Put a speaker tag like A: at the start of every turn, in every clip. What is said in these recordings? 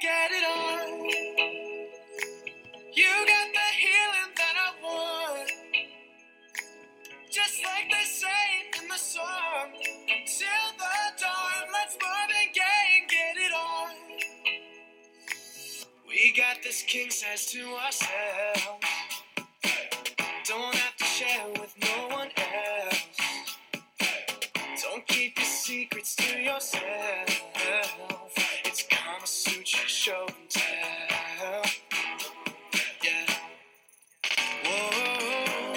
A: get it on. You got the healing that I want. Just like they say in the song. Till the dawn, let's more than gay and get it on. We got this king size to ourselves. Don't have to share with no one else. Don't keep your secrets to yourself. It's Kama Sutra show and tell. Yeah. Whoa.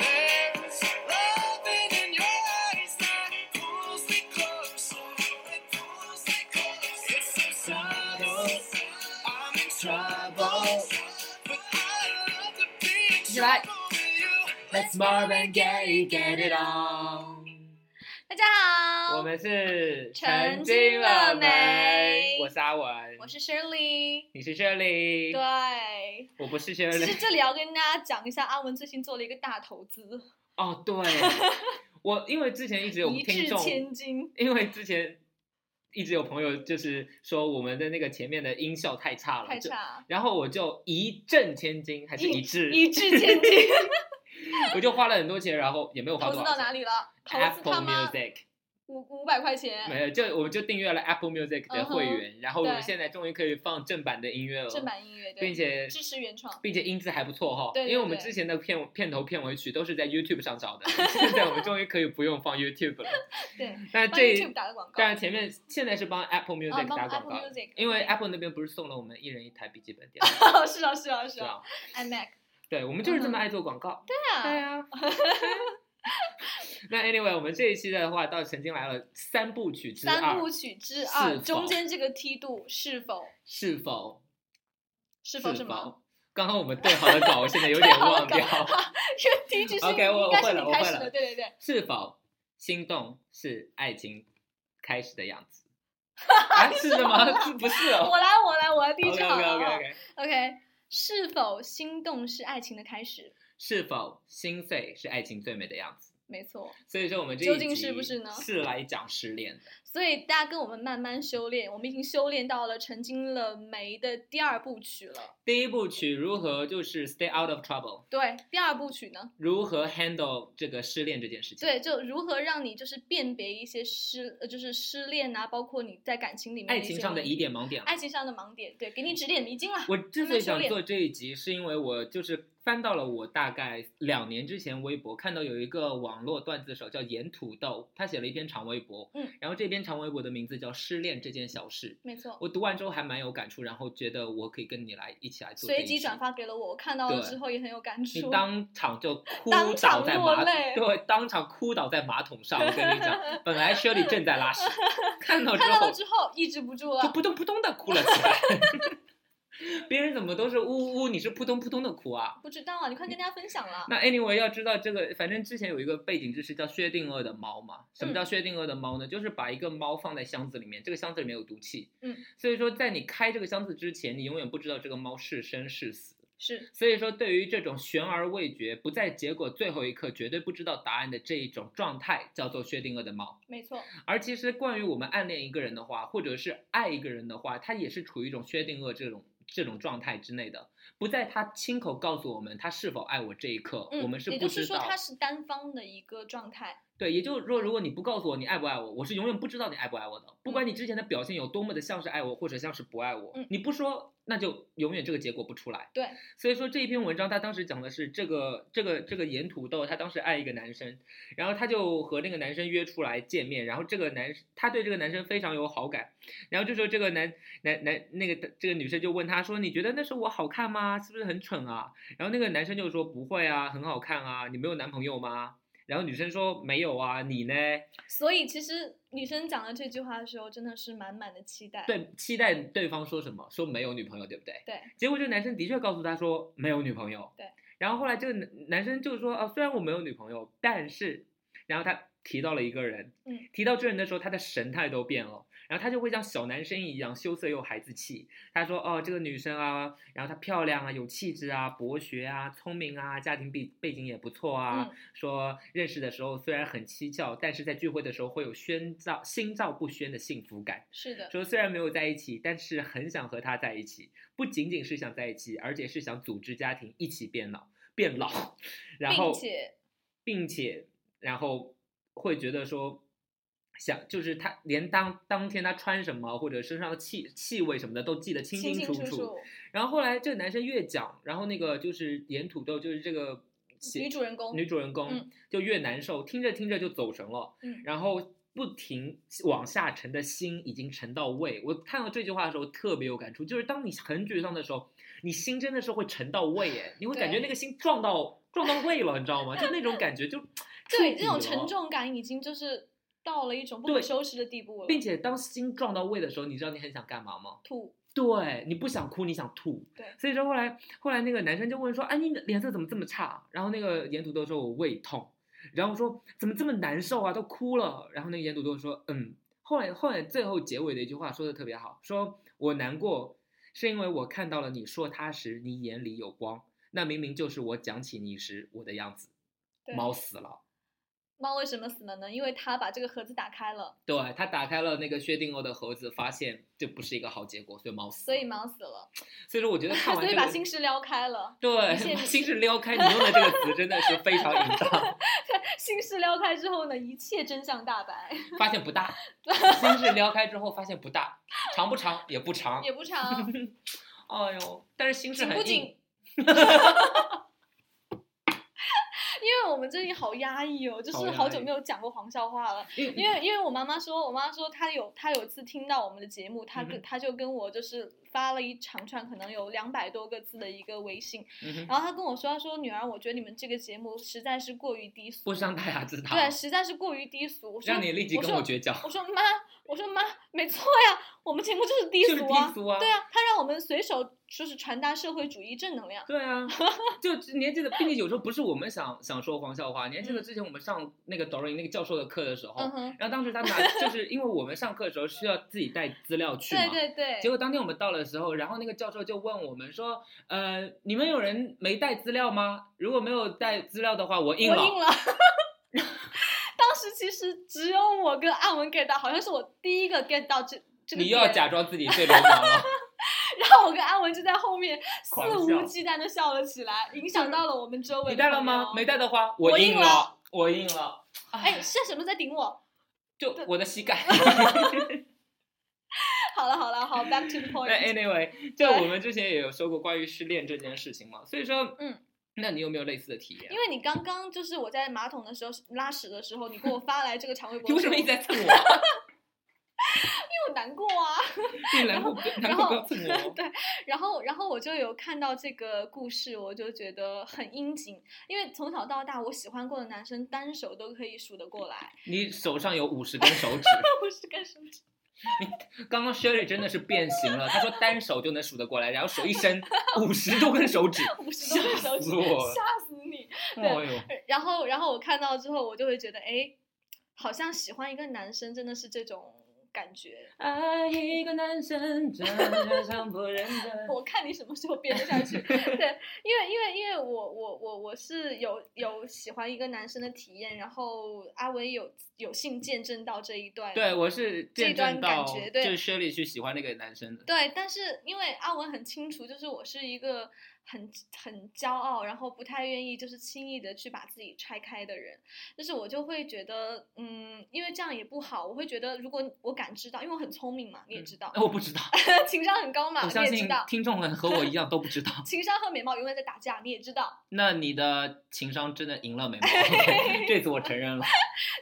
A: There's loving in your eyes that pulls me closer. It pulls me closer. It's so subtle. I'm in trouble. But I love to be in You're right. trouble with you. Let's Marvin Gaye get it on.
B: 大家
A: 我
B: 好，
A: 们是
B: 成
A: 精
B: 精
A: 了
B: 了没
A: 我是阿文，
B: 我是 Shirley。
A: 你是 Shirley，
B: 对，
A: 我不是
B: 其实
A: Shirley。
B: 这里要跟大家讲一下，阿文最近做了一个大投 资，
A: 哦，对，我因为之前一直有
B: 一
A: 听
B: 掷
A: 众，
B: 千金。
A: 因为之前一直有朋友就是说我们的那个前面的音效太差了，
B: 太
A: 啊就
B: 差，
A: 然后我就一掷千金，还是一掷，
B: 一掷千金，
A: 我就花了很多钱，然后也没有花
B: 投
A: 多
B: 资
A: 少
B: 到
A: 钱。
B: 哪里了？投资
A: Apple
B: 他妈
A: Music
B: 五五百块钱，
A: 没有，就我就订阅了 Apple Music 的会员然后我们
B: 对
A: 现在终于可以放正版的音乐了，
B: 正版音乐，对
A: 并且
B: 支持原创。
A: 并且音质还不错哈、
B: 对对
A: 因为我们
B: 对
A: 之前的片片头片尾曲都是在 YouTube 上找的，现在我们终于可以不用放 YouTube 了。
B: 对，
A: 但
B: 帮
A: 这
B: YouTube 打个广告。
A: 但是前面现在是帮 Apple
B: 啊
A: Music
B: 帮
A: 打
B: Apple
A: 广告，
B: Music，
A: 因为
B: OK，
A: Apple 那边不是送了我们一人一台笔记本电脑
B: 哦是啊是啊是
A: 是
B: 啊
A: 吧？
B: ，iMac。
A: 对，我们就是这么爱做广告。对
B: 对啊，
A: 啊。那 anyway，我们这一期的话到曾经来了三部曲之
B: 三
A: 二
B: 部，曲之
A: 是
B: 二，
A: 否
B: 中间这个梯度是否
A: 是否
B: 是否什么？
A: 否？刚刚我们对好了稿，我现在有点
B: 对好了
A: 忘掉。
B: 因为第一句是
A: OK，我
B: 应该
A: 我会
B: 是
A: 了
B: 你
A: 我
B: 开
A: 会
B: 始
A: 了
B: 的，对对对，
A: 是否心动是爱情开始的样子？啊，是的吗？是不是哦。
B: 我来我来我来第一
A: OK
B: 句好
A: OK
B: 了
A: OK
B: 啊
A: OK。
B: ，OK，是否心动是爱情的开始？
A: 是否心碎是爱情最美的样子？
B: 没错，
A: 所以说我们这
B: 究
A: 一
B: 竟
A: 集
B: 是不是呢
A: 是来讲失恋的。
B: 所以大家跟我们慢慢修炼，我们已经修炼到了成精了没的第二部曲了。
A: 第一部曲如何就是 stay out of trouble，
B: 对，第二部曲呢？
A: 如何 handle 这个失恋这件事情？
B: 对，，就如何让你就是辨别一些失，呃，就是失恋啊，包括你在感情里面
A: 爱
B: 的一
A: 情
B: 些
A: 上的
B: 问
A: 疑
B: 题，
A: 点盲点。
B: 爱情上的盲点，对，给你指点迷津了。
A: 我之所以想
B: 慢慢修
A: 做这一集，是因为我就是翻到了我大概两年之前微博，看到有一个网络段子手叫盐土豆，他写了一篇长微博，
B: 嗯，
A: 然后这篇长微博的名字叫《失恋这件小事》。
B: 没错，
A: 我读完之后还蛮有感触，然后觉得我可以跟你来一起来做这
B: 随
A: 一
B: 机
A: 集
B: 转发给了我，我看到了
A: 对
B: 之后也很有感
A: 你
B: 触。
A: 当场就哭
B: 当
A: 倒
B: 场
A: 在
B: 落
A: 马
B: 泪
A: 对，当场哭倒在马桶上。我跟 你讲，本来 Shirley 正在拉屎，看到之
B: 看到
A: 后
B: 了之后抑制不住
A: 就
B: 了，
A: 扑通扑通的哭了起来。 别人怎么都是呜呜呜，你是扑通扑通的哭啊？
B: 不知道啊，你快跟大家分享了。
A: 那 anyway，要知道这个，反正之前有一个背景知识叫薛定谔的猫嘛。什么叫薛定谔的猫呢？就是把一个猫放在箱子里面，这个箱子里面有毒气。
B: 嗯。
A: 所以说，在你开这个箱子之前，你永远不知道这个猫是生是死。
B: 是
A: 所以说，对于这种悬而未决、不在结果最后一刻绝对不知道答案的这一种状态，叫做薛定谔的猫。
B: 没错，
A: 而其实，关于我们暗恋一个人的话，或者是爱一个人的话，它也是处于一种薛定谔这种这种状态之内的。不在他亲口告诉我们他是否爱我这一刻，
B: 嗯，
A: 我们是
B: 也
A: 不
B: 就是
A: 知
B: 说
A: 道。
B: 它是单方的一个状态，
A: 对，也就是说，如果你不告诉我你爱不爱我，我是永远不知道你爱不爱我的。不管
B: 嗯
A: 你之前的表现有多么的像是爱我，或者像是不爱我，
B: 嗯
A: 你不说，那就永远这个结果不出来。
B: 对，
A: 所以说这一篇文章，他当时讲的是这个这个这个盐土豆，他当时爱一个男生，然后他就和那个男生约出来见面，然后这个男他对这个男生非常有好感，然后这时候这个男男男那个这个女生就问他说：“你觉得那时候我好看吗？是不是很蠢啊？”然后那个男生就说：“不会啊，很好看啊，你没有男朋友吗？”然后女生说：“没有啊，你呢？”
B: 所以其实女生讲了这句话的时候，真的是满满的期待。
A: 对，期待对方说什么，说没有女朋友，对不对？
B: 对，
A: 结果这个男生的确告诉他说没有女朋友。
B: 对。
A: 然后后来这个男男生就说啊，虽然我没有女朋友，但是，然后他提到了一个人，
B: 嗯，
A: 提到这人的时候，他的神态都变了，然后他就会像小男生一样羞涩又孩子气。他说：“哦，这个女生啊，然后她漂亮啊，有气质啊，博学啊，聪明啊，家庭背背景也不错啊。
B: 嗯
A: 说认识的时候虽然很蹊跷，但是在聚会的时候会有宣造心照不宣的幸福感。
B: 是的，
A: 说虽然没有在一起，但是很想和他在一起，不仅仅是想在一起，而且是想组织家庭一起变老变老，然后
B: 并且
A: 并且然后会觉得说。想就是他连当当天他穿什么或者身上的气气味什么的都记得清
B: 清
A: 清楚
B: 楚
A: 然后后来这个男生越讲，然后那个就是盐土豆就是这个
B: 女主人公
A: 女主人公
B: 嗯
A: 就越难受，听着听着就走神了，
B: 嗯
A: 然后不停往下沉的心已经沉到胃。我看到这句话的时候特别有感触，就是当你很沮丧的时候，你心真的是会沉到胃，哎，你会感觉
B: 对
A: 那个心撞到撞到胃了，你知道吗？就那种感觉就
B: 对这种
A: 触底了
B: 沉重感已经就是到了一种不
A: 对
B: 可收拾的地步了，
A: 并且当心撞到胃的时候，你知道你很想干嘛吗？
B: 吐
A: 对你不想哭，你想吐。
B: 对
A: 所以说后来后来那个男生就问说：“哎，你脸色怎么这么差？”然后那个沿途都说我胃痛，然后我说怎么这么难受啊，都哭了。然后那个沿途都说：“嗯。”后来后来最后结尾的一句话说的特别好，说我难过是因为我看到了你说他时，你眼里有光，那明明就是我讲起你时我的样子。
B: 对
A: 猫死了，
B: 猫为什么死了呢？因为它把这个盒子打开了，
A: 对他打开了那个薛定谔的盒子，发现这不是一个好结果，所以猫死了。
B: 所以忙死了，
A: 所以说 我觉得看完、
B: 所
A: 这
B: 以
A: 个、
B: 把心事撩开了。
A: 对，
B: 一切
A: 把心事撩开，你用的这个词真的是非常淫荡。
B: 心事撩开之后呢，一切真相大白，
A: 发现 不大，心事撩开之后发现不大，长不长也不长。
B: 也不 长，
A: 哎呦，但是心事
B: 紧
A: 很
B: 不
A: 硬。
B: 紧？ 因为我们最近好压抑哦，就
A: 好
B: 是
A: 压
B: 好久
A: 抑
B: 没有讲过黄笑话了。
A: 因为
B: 因为因为我妈妈说，我妈说她有她有一次听到我们的节目，她
A: 嗯
B: 跟她就跟我就是发了一长串，可能有两百多个字的一个微信，
A: 嗯哼
B: 然后她跟我说，她说女儿，我觉得你们这个节目实在是过于低俗
A: 不，伤大雅之堂，
B: 对，实在是过于低俗。我说
A: 让你立即跟我
B: 我说
A: 绝交。
B: 我说妈，我说妈，没错呀，我们节目就是低
A: 就是
B: 俗啊，
A: 低俗啊
B: 对啊，她让我们随手就是传达社会主义正能量，
A: 对啊，就年纪的，并且有时候不是我们想想说黄笑话，你还记得
B: 嗯
A: 之前我们上那个 Doreen 那个教授的课的时候，
B: 嗯哼，
A: 然后当时他拿，就是因为我们上课的时候需要自己带资料去嘛，
B: 对对对，
A: 结果当天我们到的时候，然后那个教授就问我们说：“呃，你们有人没带资料吗？如果没有带资料的话，我印
B: 我
A: 了。
B: 硬了。 当时其实只有我跟阿文 get 到，好像是我第一个 get 到这这个
A: 你又要
B: 点
A: 假装自己最流氓了。
B: 然后我跟阿文就在后面
A: 狂
B: 肆无
A: 笑
B: 忌惮的笑了起来，影响到了 我们周围。
A: 你带了吗？没。带的话，
B: 我
A: 硬
B: 硬
A: 了
B: 了，
A: 我硬了。
B: 哎，现在什么在顶我？
A: 就我的 膝盖。
B: 好了好了，好，back to the
A: 哎那
B: point。
A: anyway，就
B: 对
A: 我们之前也有说过关于失恋这件事情嘛，所以说，
B: 嗯，
A: 那你有没有类似的体验
B: 因？为你刚刚就是我在马桶的时候拉屎的时候，你给我发来这个长微博，
A: 你为什么一直在蹭我？
B: 又难过啊？
A: 你难过不难
B: 然
A: 过
B: 后
A: 不要蹭我。 哦
B: 对，然后然后我就有看到这个故事，我就觉得很应景，因为从小到大我喜欢过的男生单手都可以数得过来，
A: 你手上有五十根手指，
B: 我是干什么？
A: 刚刚 Sherry 真的是变形了，她说单手就能数得过来，然后手一伸，五十多根手 指，
B: 五十
A: 吓
B: 多根手指
A: 死我，
B: 吓死你！
A: 哎呦，
B: 然后然后我看到之后，我就会觉得，哎，好像喜欢一个男生真的是这种感觉。
A: 爱一个男生真的像不认真。
B: 我看你什么时候编得下去？对，因为因为因为我我我我是有有喜欢一个男生的体验，然后阿文有有幸见证到这一段，
A: 对，我是见证到，
B: 这段感觉
A: 就
B: 对
A: 是 Shirley 去喜欢那个男生的，
B: 对，但是因为阿文很清楚，就是我是一个很很骄傲，然后不太愿意就是轻易的去把自己拆开的人，就是我就会觉得，嗯，因为这样也不好，我会觉得如果我感知到，因为我很聪明嘛，你也知道，
A: 哎，我不知道，
B: 情商很高嘛，
A: 我
B: 啊你
A: 相
B: 也
A: 信
B: 知道，。
A: 听众们和我一样都不知道
B: 情商和美貌永远在打架，你也知道，
A: 那你的情商真的赢了 美貌，这次我承认了。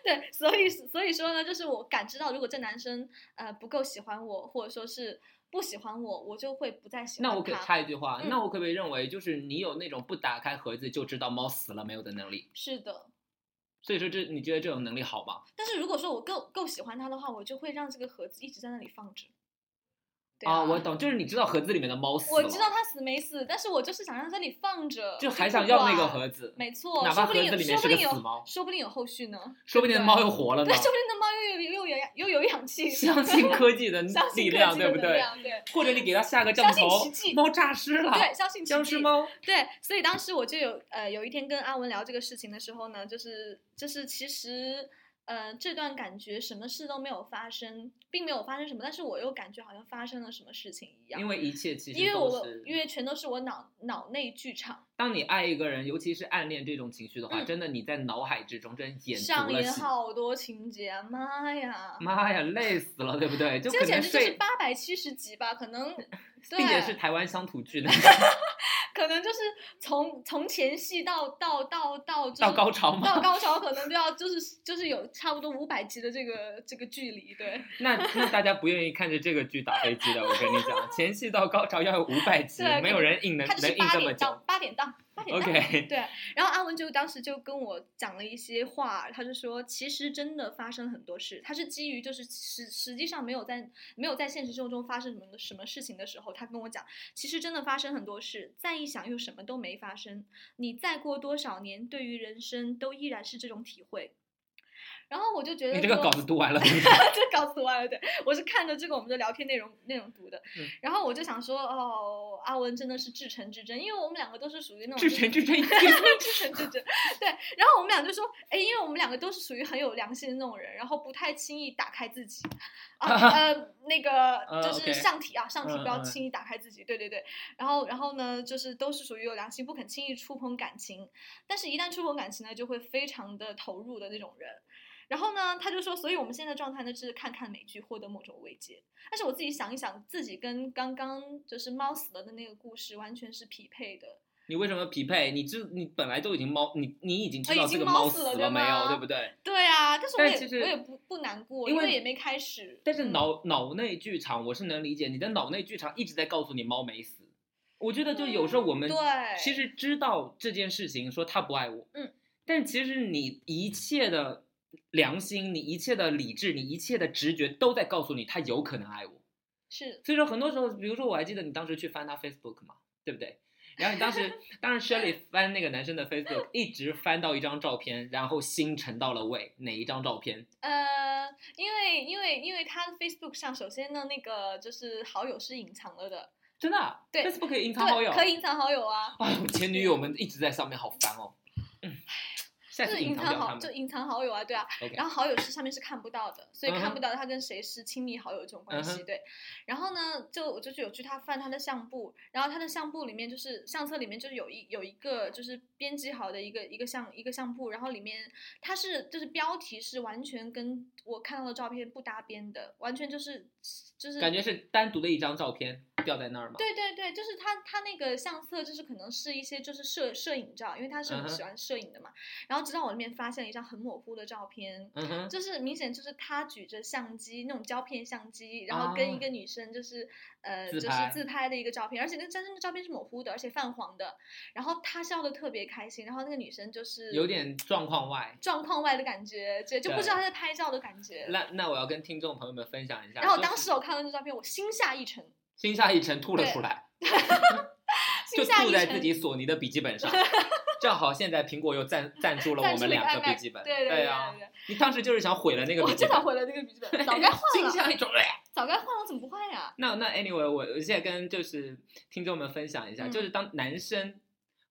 B: 对，所以所以说呢，就是我感知到，如果这男生呃不够喜欢我，或者说是不喜欢我，我就会不再喜欢
A: 那
B: 他。
A: 我可插一句话，
B: 嗯
A: 那我可不可以认为就是你有那种不打开盒子就知道猫死了没有的能力？
B: 是的，
A: 所以说这你觉得这种能力好吗？
B: 但是如果说我够够喜欢他的话，我就会让这个盒子一直在那里放着。对
A: 啊，
B: 啊，
A: 我懂，就是你知道盒子里面的猫死
B: 我
A: 了
B: 知道他死没死，但是我就是想让这里放着，
A: 就
B: 我
A: 还
B: 不
A: 想要那个
B: 管
A: 盒子，
B: 没错，
A: 哪
B: 说
A: 怕
B: 不
A: 盒
B: 定
A: 子
B: 有，
A: 里面
B: 说不
A: 是
B: 定
A: 个死
B: 有，
A: 猫
B: 说不定有后续呢。
A: 说不定
B: 对
A: 猫又活了 呢
B: 对，。说不定那猫又有又有又有氧气，
A: 相信科技的
B: 相信
A: 力
B: 科
A: 量，
B: 技
A: 对
B: 的
A: 不
B: 能
A: 对？
B: 量？对
A: 或者你给它下个降
B: 相信
A: 头
B: 奇迹，
A: 猫诈尸了，
B: 对，相信奇
A: 僵尸
B: 迹
A: 猫，
B: 对，所以当时我就有呃有一天跟阿文聊这个事情的时候呢，就是就是其实呃这段感觉什么事都没有发生，并没有发生什么，但是我又感觉好像发生了什么事情一样，
A: 因为一切其实
B: 因为
A: 都
B: 我
A: 是
B: 因为全都是我脑脑内剧场，
A: 当你爱一个人，尤其是暗恋这种情绪的话，
B: 嗯
A: 真的你在脑海之中真演
B: 上
A: 足了
B: 演
A: 戏。
B: 好多情节，妈呀！
A: 妈呀，累死了，对不对？就
B: 这
A: 可
B: 个简
A: 能
B: 直就是
A: 睡，
B: 八百七十集吧，可能对，
A: 并且是台湾乡土剧 的
B: 可能就是从从前戏到到到到、就是、
A: 到高潮
B: 到
A: 嘛。
B: 高潮可能都要就是就是有差不多五百集的这个这个距离，对，
A: 那那大家不愿意看着这个剧打飞机的，我跟你讲，前戏到高潮要有五百集
B: 对，啊
A: 没有人硬能
B: 它就
A: 能
B: 是
A: 硬
B: 八
A: 这么
B: 点
A: 久
B: 档。，八点档，八点档。
A: OK，
B: 对，然后阿文就当时就跟我讲了一些话，他就说，其实真的发生了很多事，他是基于就是实实际上没有在没有在现实生活中发生什么什么事情的时候，他跟我讲，其实真的发生很多事，再一想又什么都没发生，你再过多少年，对于人生都依然是这种体会。然后我就觉得
A: 你这个
B: 说
A: 稿子 读完了吗，
B: 这搞死我了，对我是看着这个我们的聊天内容内容读的，
A: 嗯
B: 然后我就想说，哦，阿文真的是至诚至真，因为我们两个都是属于那种
A: 至
B: 就是
A: 诚至诚
B: 至诚至真，对，然后我们俩就说，哎，因为我们两个都是属于很有良心的那种人，然后不太轻易打开自己，啊呃，那 个
A: 呃
B: 就
A: OK
B: 是上体啊，上体
A: 嗯
B: 不要
A: 嗯
B: 轻易打开自己，对对对，然后然后呢，就是都是属于有良心，不肯轻易触碰感情，但是一旦触碰感情呢，就会非常的投入的那种人。然后呢，他就说，所以我们现在状态呢就是看看美剧，获得某种慰藉。但是我自己想一想，自己跟刚刚就是猫死了的那个故事完全是匹配的。
A: 你为什么匹配？你知你本来都已经猫，你你已经知
B: 呃已
A: 道这
B: 经
A: 个
B: 猫
A: 猫
B: 死
A: 死
B: 了
A: 了
B: 对
A: 没有，
B: 吗
A: 对不对？
B: 对啊，但是我
A: 但
B: 也
A: 其实
B: 我也不不难过，
A: 因
B: 因
A: 为
B: 也没开始。
A: 但是
B: 嗯
A: 脑脑内剧场我是能理解，你的脑内剧场一直在告诉你猫没死。我觉得就有时候我们
B: 对
A: 其实知道这件事情，说他不爱我，
B: 嗯，
A: 但其实你一切的良心、你一切的理智、你一切的直觉都在告诉你他有可能爱我。
B: 是
A: 所以说很多时候，比如说我还记得你当时去翻他 Facebook 嘛，对不对？然后你当时 当时 Shirley 翻那个男生的 Facebook，一直翻到一张照片，然后心沉到了胃，哪一张照片？
B: 呃，因为因为因为他 Facebook 上首先呢，那个就是好友是隐藏了的，
A: 真的、啊、
B: 对
A: ，Facebook 可以隐藏好友，
B: 对，可以隐藏好友啊，
A: 哎，我前女友们一直在上面，好烦哦。下
B: 就
A: 次
B: 是隐
A: 藏
B: 藏
A: 掉他
B: 好就
A: 们。
B: 隐藏好友啊，对啊，
A: OK，
B: 然后好友是上面是看不到的，所以
A: 嗯
B: 看
A: 哼
B: 不到他跟谁是亲密好友这种关
A: 嗯
B: 系。
A: 哼
B: 对，然后呢，就我就是有去他翻他的相簿，然后他的相簿里面就是相册里面就是有一有一个就是编辑好的一个一个相一个相簿，然后里面它是就是标题是完全跟我看到的照片不搭边的，完全就是就是
A: 感觉是单独的一张照片掉在那儿嘛。
B: 对对对，就是他他那个相册，就是可能是一些就是摄摄影照，因为他是很
A: 嗯哼
B: 喜欢摄影的嘛。然后直到我里面发现了一张很模糊的照片，
A: 嗯哼，
B: 就是明显就是他举着相机那种胶片相机，然后跟
A: 啊
B: 一个女生就是、呃就
A: 自
B: 是
A: 拍
B: 自拍的一个照片，而且那张真的照片是模糊的，而且泛黄的。然后他笑得特别开心，然后那个女生就是
A: 有点状况外。
B: 状况外的感觉，就就不知道她在拍照的感觉。
A: 那那我要跟听众朋友们分享一下。
B: 然后
A: 就
B: 当
A: 是
B: 时我看到那张照片，我心下一沉，
A: 心下一沉，吐了
B: 对
A: 出来，就
B: 心下
A: 吐
B: 一
A: 在自
B: 沉。
A: 己索尼的笔记本 上。正好现在苹果又赞赞助了
B: 赞
A: 我
B: 助
A: 们
B: 了一
A: 两
B: 个
A: 个笔
B: iMac
A: 记本。
B: 对对
A: 啊
B: 对，
A: 你当时就是想毁了那个
B: 我
A: 笔记
B: 真的
A: 本。
B: 毁了这个笔 记本，早该换
A: 心
B: 了，
A: 下一沉。哎
B: 早该换了，我怎么不换呀？
A: 那那 anyway，我我现在跟就是听众们分享一下，
B: 嗯
A: 就是当男生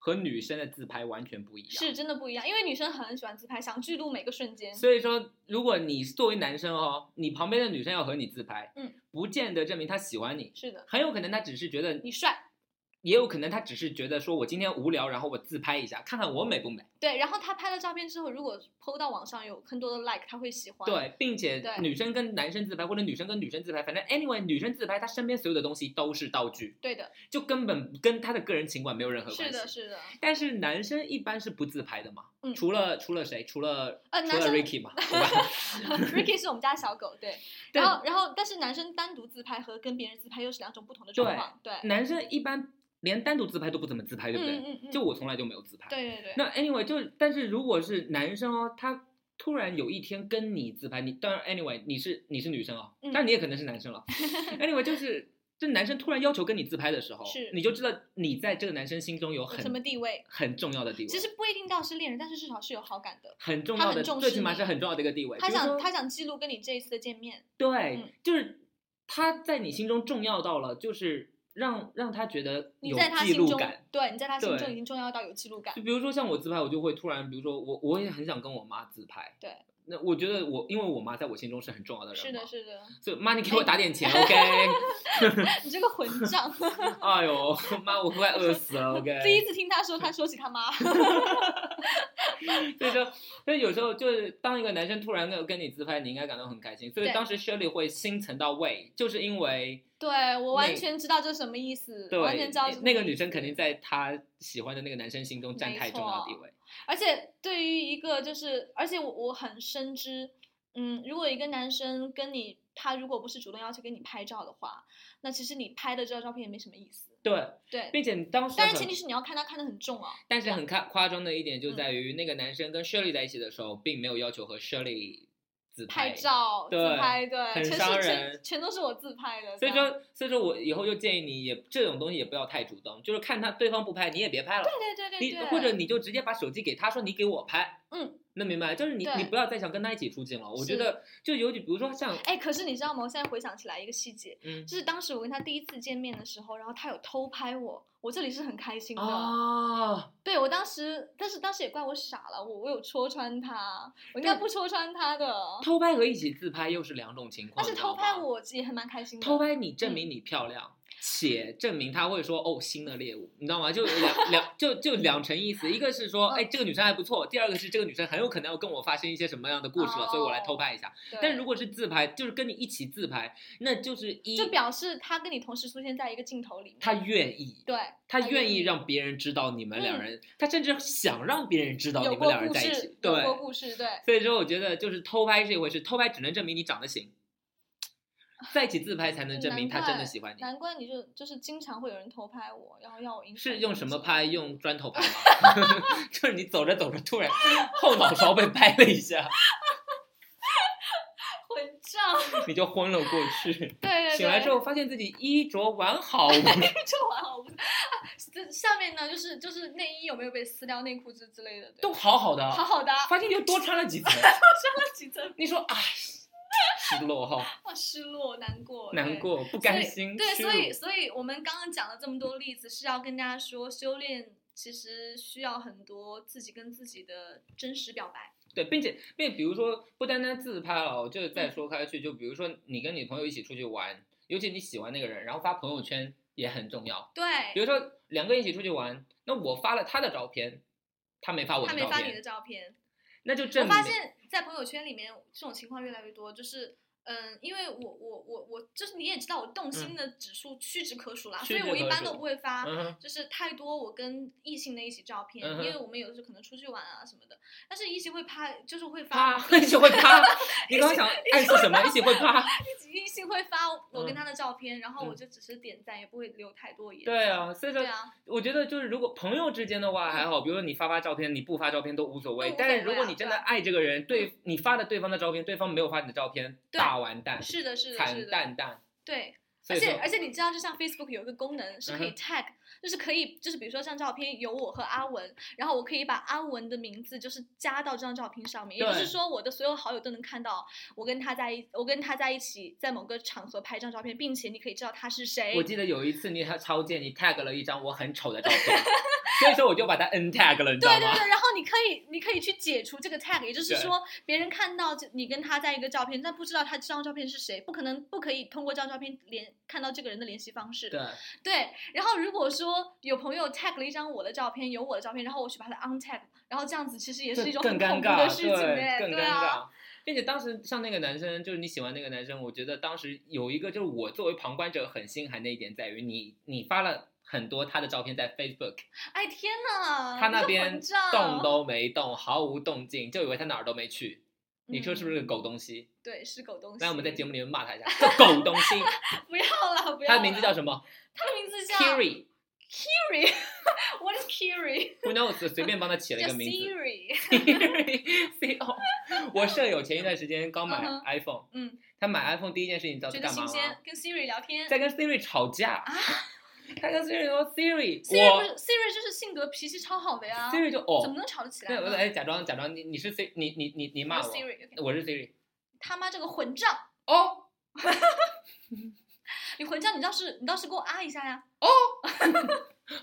A: 和女生的自拍完全不一样。
B: 是真的不一样，因为女生很喜欢自拍，想记录每个瞬间。
A: 所以说，如果你作为男生哦，你旁边的女生要和你自拍，
B: 嗯，
A: 不见得证明她喜欢你，
B: 是的，
A: 很有可能她只是觉得，
B: 你帅，
A: 也有可能她只是觉得说我今天无聊，然后我自拍一下，看看我美不美。
B: 对，然后他拍了照片之后，如果 PO 到网上有更多的 like，他会喜欢。，
A: 对，并且
B: 对
A: 女生跟男生自拍，或者女生跟女生自拍，反正 anyway，女生自拍，她身边所有的东西都是道具，
B: 对的，
A: 就根本跟她的个人情感没有任何
B: 是
A: 关系。
B: 的，是的。
A: 但是男生一般是不自拍的嘛，
B: 嗯
A: 除了除了谁？除了、
B: 呃
A: 除
B: 男
A: 了
B: 生
A: Ricky 嘛， 对吧？
B: Ricky 是我们家的小狗， 对。
A: 对
B: 然后，然后，但是男生单独自拍和跟别人自拍又是两种不同的状
A: 对
B: 况，对。
A: 男生一般连单独自拍都不怎么自拍，对不对？
B: 嗯嗯嗯，
A: 就我从来就没有自拍。
B: 对对对，
A: 那 anyway 就是，但是如果是男生哦，他突然有一天跟你自拍，你当然 anyway 你是你是女生哦，
B: 嗯
A: 但你也可能是男生了。anyway 就是这男生突然要求跟你自拍的时候，
B: 是
A: 你就知道你在这个男生心中有
B: 有什么
A: 很
B: 地位？
A: 很重要的地位，
B: 其实不一定到是恋人，但是至少是有好感的。
A: 很重
B: 他
A: 要
B: 很
A: 的，
B: 重
A: 最
B: 视
A: 起码
B: 你
A: 是很重要的一个地位。
B: 他
A: 比如
B: 想
A: 说
B: 他想记录跟你这一次的见面，
A: 对，
B: 嗯
A: 就是他在你心中重要到了，就是让让他觉得
B: 你
A: 有
B: 在他
A: 记
B: 心
A: 录
B: 中
A: 感。，
B: 对你在他心中
A: 对
B: 已经重要到有记录感
A: 就。比如说像我自拍，我就会突然，比如说我我也很想跟我妈自拍。
B: 对。
A: 那我觉得我，因为我妈在我心中是很重要的人
B: 是
A: 嘛
B: 的，是哎的，
A: 所以妈，你给我打点钱，OK？
B: 你这个混账！
A: 哎呦，妈，我快饿 死了，OK？
B: 第一次听他说，他说起他妈，
A: 所以说，所以有时候就是当一个男生突然跟跟你自拍，你应该感到很开心。所以
B: 对
A: 当时 Shirley 会心疼到胃，就是因为
B: 对我完
A: 那
B: 全知道这是什么意思，
A: 对
B: 完全知道
A: 那个
B: 什么意
A: 女
B: 思
A: 生肯定在她喜欢的那个男生心中占
B: 没
A: 太重要地
B: 错
A: 位。
B: 而且对于一个就是，而且我我很深知，嗯，如果一个男生跟你，他如果不是主动要求给你拍照的话，那其实你拍的这张照片也没什么意思。
A: 对，
B: 对，
A: 并且你当时
B: 但是
A: 很
B: 前提是你要看他看得很重啊。
A: 但是很夸夸张的一点就在
B: 嗯
A: 于，那个男生跟 Shirley 在一起的时候，并没有要求和 Shirley 自
B: 拍照、自
A: 对
B: 拍，对，
A: 很
B: 全是
A: 伤人
B: 全全都是我自拍的。
A: 所以
B: 这样，
A: 说，所以说我以后就建议你也这种东西也不要太主动，就是看他对方不拍，你也别拍了，
B: 对对对对
A: 你
B: 对，
A: 或者你就直接把手机给他说你给我拍，
B: 嗯，
A: 能明白？就是你
B: 对
A: 你不要再想跟他一起出镜了。我觉
B: 是
A: 得就有点，比如说像
B: 哎，可是你知道吗？我现在回想起来一个细节，
A: 嗯
B: 就是当时我跟他第一次见面的时候，然后他有偷拍我，我这里是很开心的。
A: 啊，
B: 对我当时，但是当时也怪我傻了，我我有戳穿他，我应该
A: 对
B: 不戳穿他的。
A: 偷拍和一起自拍又是两种情况，
B: 但是
A: 你知道
B: 偷拍
A: 吗
B: 我也还蛮开心的。
A: 偷拍你证
B: 嗯
A: 明你漂亮，且证明他会说哦新的猎物，你知道吗？就两两就就两层意思，一个是说
B: 嗯
A: 哎这个女生还不错，第二个是这个女生很有可能要跟我发生一些什么样的故事了，所以我来偷拍一下。
B: 哦对，
A: 但如果是自拍，就是跟你一起自拍，那就是一
B: 就表示他跟你同时出现在一个镜头里面，
A: 他愿意。
B: 对他
A: 他愿
B: 愿
A: 意
B: 意
A: 让别人知道你们两
B: 嗯
A: 人，他甚至想让别人知道
B: 有
A: 你们
B: 过
A: 两人
B: 故
A: 在一
B: 事
A: 起，，
B: 有
A: 对，
B: 过故事，对，
A: 所以说，我觉得就是偷拍是一回事，偷拍只能证明你长得行，在一起自拍才能证明他真的喜欢你。
B: 啊难怪你就就是经常会有人偷拍我，然后要我影
A: 是用什么拍？用砖头拍吗？ 就是你走着走着，突然后脑勺被拍了一下，
B: 混账！
A: 你就昏了过去。
B: 对对对，
A: 醒来之后，发现自己衣着 完好，
B: 就完好无啊，这下面呢就是就是内衣有没有被撕掉，内裤之之类的，对
A: 都好好
B: 好
A: 的，
B: 好的啊，
A: 发现又多穿了几层。
B: 几针
A: 你说，哎，失落哈，
B: 哇，啊失落、难过、
A: 难
B: 对。
A: 过，不
B: 所
A: 甘
B: 以
A: 心，
B: 对，
A: 屈
B: 所以
A: 辱
B: 所以我们刚刚讲了这么多例子，是要跟大家说，修炼其实需要很多自己跟自己的真实表白。
A: 对，并且并且比如说不单单自拍了，我就是再说开去，就比如说你跟你朋友一起出去玩，尤其你喜欢那个人，然后发朋友圈也很重要。比
B: 对，
A: 如说两个人一起出去玩，那我发了他的照片，他没发我
B: 他
A: 的
B: 没
A: 照
B: 发你的
A: 片，
B: 照片，
A: 那就
B: 我
A: 证明
B: 发现，在朋友圈里面这种情况越来越多，就是。嗯，因为我我我我就是你也知道，我动心的指数屈指可数啦，所
A: 嗯屈
B: 以
A: 指
B: 我一
A: 可
B: 般都
A: 数
B: 不会发。
A: 嗯哼，
B: 就是太多我跟异性的一起照片，
A: 嗯哼
B: 因为我们有时候可能出去玩啊什么的，但是一起会啪，就是会发
A: 啪，一起会 啪，你刚刚想暗示什么？一起会啪，
B: 一起一起会发我跟
A: 嗯
B: 他的照片，然后
A: 嗯
B: 我就只是点赞，也不会留太多言。
A: 对，啊，所以说
B: 对啊，
A: 我觉得就是如果朋友之间的话还好，比如说你发发照片，你不发照片都无所谓
B: 都，无
A: 但是
B: 所
A: 如
B: 谓
A: 果
B: 啊
A: 你真
B: 对
A: 的
B: 啊
A: 爱这个人，对你发了对方的照片，对方没有发你的照片，
B: 对
A: 大完蛋，
B: 是的，是的，是
A: 惨
B: 的，
A: 淡淡。
B: 对。
A: 所
B: 而
A: 以
B: 且
A: 说
B: 而且你知道，就像 Facebook 有一个功能是可以
A: 嗯
B: tag，、就是可以就是比如说像照片有我和阿文，然后我可以把阿文的名字就是加到这张照片上面，也
A: 对
B: 就是说我的所有好友都能看到我跟他在一我跟他在一起在某个场合拍一张照片，并且你可以知道他是谁。
A: 我记得有一次你还超贱，你 tag 了一张我很丑的照片，所以说我就把它 n tag 了，你知道
B: 对
A: 吗
B: 对？对，然后你可以你可以去解除这个 tag，也就是
A: 对
B: 说别人看到这你跟他在一个照片，但不知道他这张照片是谁，不可能不可以通过这张照片联看到这个人的联系方式。
A: 对，
B: 对然后如果说有朋友 tag 了一张我的照片，有我的照片，然后我去把它 untag，然后这样子其实也是一
A: 这
B: 种
A: 更
B: 很
A: 尴
B: 恐怖
A: 尬，
B: 的事情哎，
A: 对，更
B: 对
A: 尴
B: 啊，
A: 尬。并且当时像那个男生，就是你喜欢那个男生，我觉得当时有一个就是我作为旁观者很心寒的一点在于你，你发了很多他的照片在 Facebook，
B: 哎天呐，
A: 他
B: 你
A: 那
B: 这
A: 边
B: 混账
A: 动都没动，毫无动静，就以为他哪儿都没去。你说是不
B: 嗯
A: 是个狗东西？
B: 对是狗东西？
A: 来，我们在节
B: 目
A: 目里面骂他一下，这狗东西，
B: 不要了，不要
A: 他的名字
B: 啦
A: 叫什么
B: 他的名字叫
A: ？Kiri，
B: Kiri，what is Kiri？
A: Who knows？随便帮他起了一
B: 叫
A: 个名字。
B: Siri。
A: C O，我舍友前一段时间刚买
B: 嗯哼
A: iPhone，
B: 嗯，
A: 他买 iPhone 第一件事情你知道
B: 觉得
A: 在干嘛
B: 新鲜
A: 吗？，
B: 跟 Siri 聊天。
A: 在跟 Siri 吵架。
B: 啊
A: 他跟 Siri 说
B: Siri 不
A: ：“Siri，
B: 是 Siri 就是性格脾气超好的
A: 我
B: 呀，
A: Siri
B: 怎
A: 就
B: 么
A: 哦，
B: 能吵得起来
A: 对，
B: 呢？
A: 我说哎，假装假装你你是 Siri，你你你你骂
B: 我
A: 我
B: 是，Siri，
A: 我是 Siri，
B: 他妈这个混账！
A: 哦
B: 你混账，你倒是你倒是给我啊一下呀！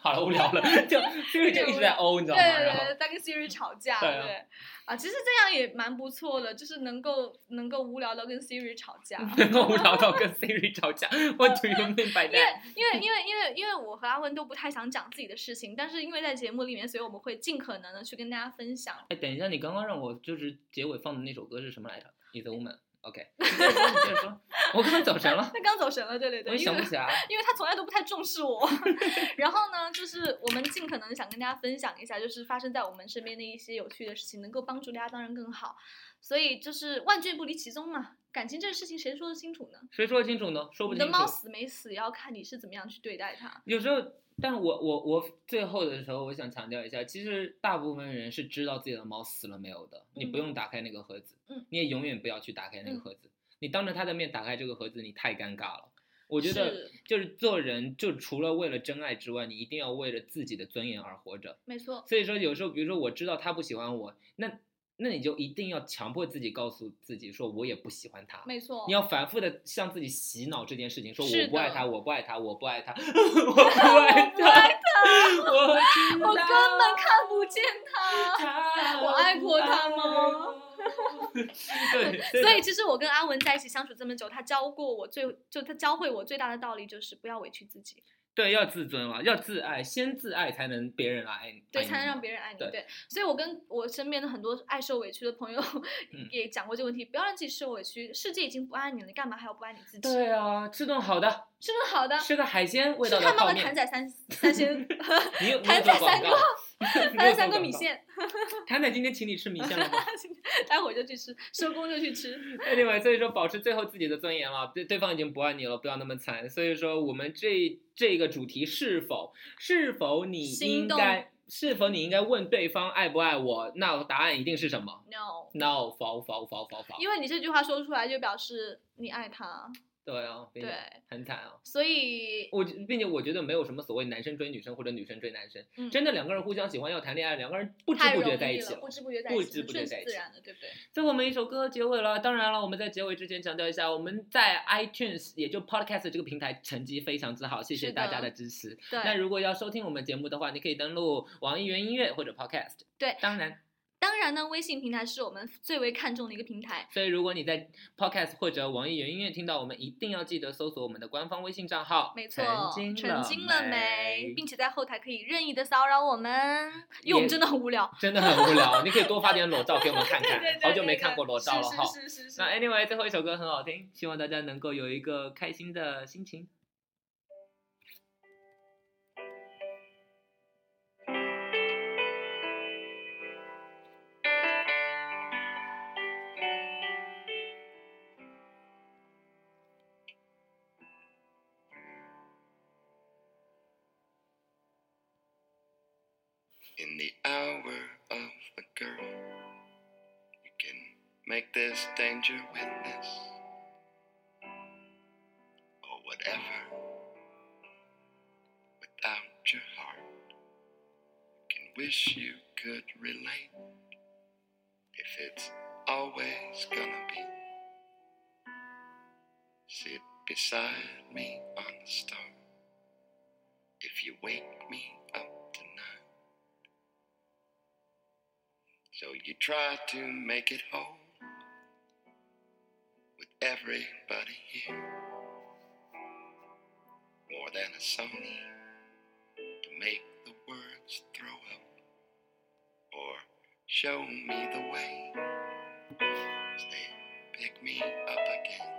A: 好了，无 聊了，就 Siri 就一直在哦，你知
B: 对
A: 道吗？
B: 对
A: 然后
B: 对，在跟 Siri 吵架，
A: 对啊
B: 对啊，其实这样也蛮不错的，就是能够能够无聊到跟 Siri 吵架。
A: 能够无聊到跟 Siri 吵架，What do you mean by
B: 因为
A: that？
B: 因为因为因为因为我和阿文都不太想讲自己的事情，但是因为在节目里面，所以我们会尽可能的去跟大家分享。
A: 哎，等一下，你刚刚让我就是结尾放的那首歌是什么来着？Is a woman。OK，你接着说，你接着说，我刚刚走神了，
B: 那刚走神了，对对
A: 我
B: 对，
A: 也
B: 因
A: 想
B: 为
A: 不起来。
B: 因为他从来都不太重视我。 然后呢，就是我们尽可能地想跟大家分享一下，就是发生在我们身边的一些有趣的事情，能够帮助大家当然更好。所以就是万卷不离其宗嘛，感情这个事情谁说得清楚呢？
A: 谁说得清楚呢？说不
B: 你
A: 清
B: 的
A: 楚。
B: 猫死没死，也要看你是怎么样去对待它。
A: 有时候，但我我我最后的时候，我想强调一下，其实大部分人是知道自己的猫死了没有的，你不
B: 嗯
A: 用打开那个盒子，
B: 嗯
A: 你也永远不要去打开那个
B: 嗯
A: 盒子，你当着他的面打开这个盒子，你太尴尬了。我觉得
B: 是
A: 就是做人，就除了为了真爱之外，你一定要为了自己的尊严而活着。
B: 没错，
A: 所以说，有时候比如说我知道他不喜欢我，那那你就一定要强迫自己告诉自己说，我也不喜欢他。
B: 没错。
A: 你要反复的向自己洗脑这件事情，说
B: 哦是
A: 我
B: 的
A: 不爱他，我不爱他，我不 爱他， 我不爱他， 我知道
B: 我根本看不见它。
A: 他
B: 我爱过他吗？
A: 对，
B: 所以，其实我跟阿文在一起相处这么久，他教过我最，就他教会我最大的道理就是不要委屈自己，
A: 对要自尊了，要自爱，先自爱才能别人来爱你，
B: 对，
A: 爱你
B: 才能让别人爱你。
A: 对
B: 对，所以我跟我身边的很多爱受委屈的朋友
A: 嗯
B: 也讲过这个问题，不要让自己受委屈，世界已经不爱你了，你干嘛还要不爱你自己？
A: 对啊，吃顿好的，
B: 是不是好的？
A: 吃个海鲜味
B: 去
A: 道的
B: 看妈
A: 泡
B: 妈谭
A: 面，
B: 仔 三 三鲜，
A: 你有
B: 谭仔三哥，
A: 谭
B: 谭仔三哥米，线，
A: 谭仔今天请你吃米线了吗？
B: 待会儿就去吃，收工就去吃。
A: Anyway，所以说保持最后自己的尊严了，对对方已经不爱你了，不要那么惨。所以说我们这这个主题是否是否你应
B: 心动
A: 该是否你应该问对方爱不爱我？那答案一定是什么
B: No，
A: ？No，否否否否否。
B: 因为你这句话说出来就表示你爱他，
A: 对啊，并且
B: 对，
A: 很惨啊。
B: 所以
A: 我并且我觉得没有什么所谓男生追女生或者女生追男生，
B: 嗯
A: 真的两个人互相喜欢要谈恋爱，两个人不知
B: 太
A: 不
B: 容
A: 觉
B: 易
A: 在一起
B: 了，不知不觉在
A: 不
B: 一起
A: 知
B: 了，
A: 不
B: 顺
A: 觉在
B: 其
A: 一
B: 自
A: 起
B: 然的，对不对？
A: 最后我们一首歌结尾了，当然了，我们在结尾之前强调一下，我们在 iTunes 也就 Podcast 这个平台成绩非常之好，谢谢
B: 是的
A: 大家的支持。
B: 对。
A: 那如果要收听我们节目的话，你可以登录网易云音乐或者 Podcast。
B: 对
A: 当然，
B: 当然呢，微信平台是我们最为看重的一个平台。
A: 所以如果你在 Podcast 或者网易云音乐听到我们，一定要记得搜索我们的官方微信账号。
B: 没错，
A: 曾
B: 澄
A: 经了
B: 清了没，并且在后台可以任意的骚扰我们，因为我
A: 也
B: 们真的很无 聊。
A: 真的很无聊，你可以多发点裸照给我们看看，好久没看过裸照了哈。
B: 是是是是
A: 那 anyway，最后一首歌很好听，希望大家能够有一个开心的心情。
C: In the hour of the girl, you can make this danger witness or whatever without your heart. Can wish you could relate if it's always gonna be. Sit beside me on the star if you wake me up tonight. So you try to make it whole with everybody here. More than a song to make the words throw up or show me the way. Say, pick me up again.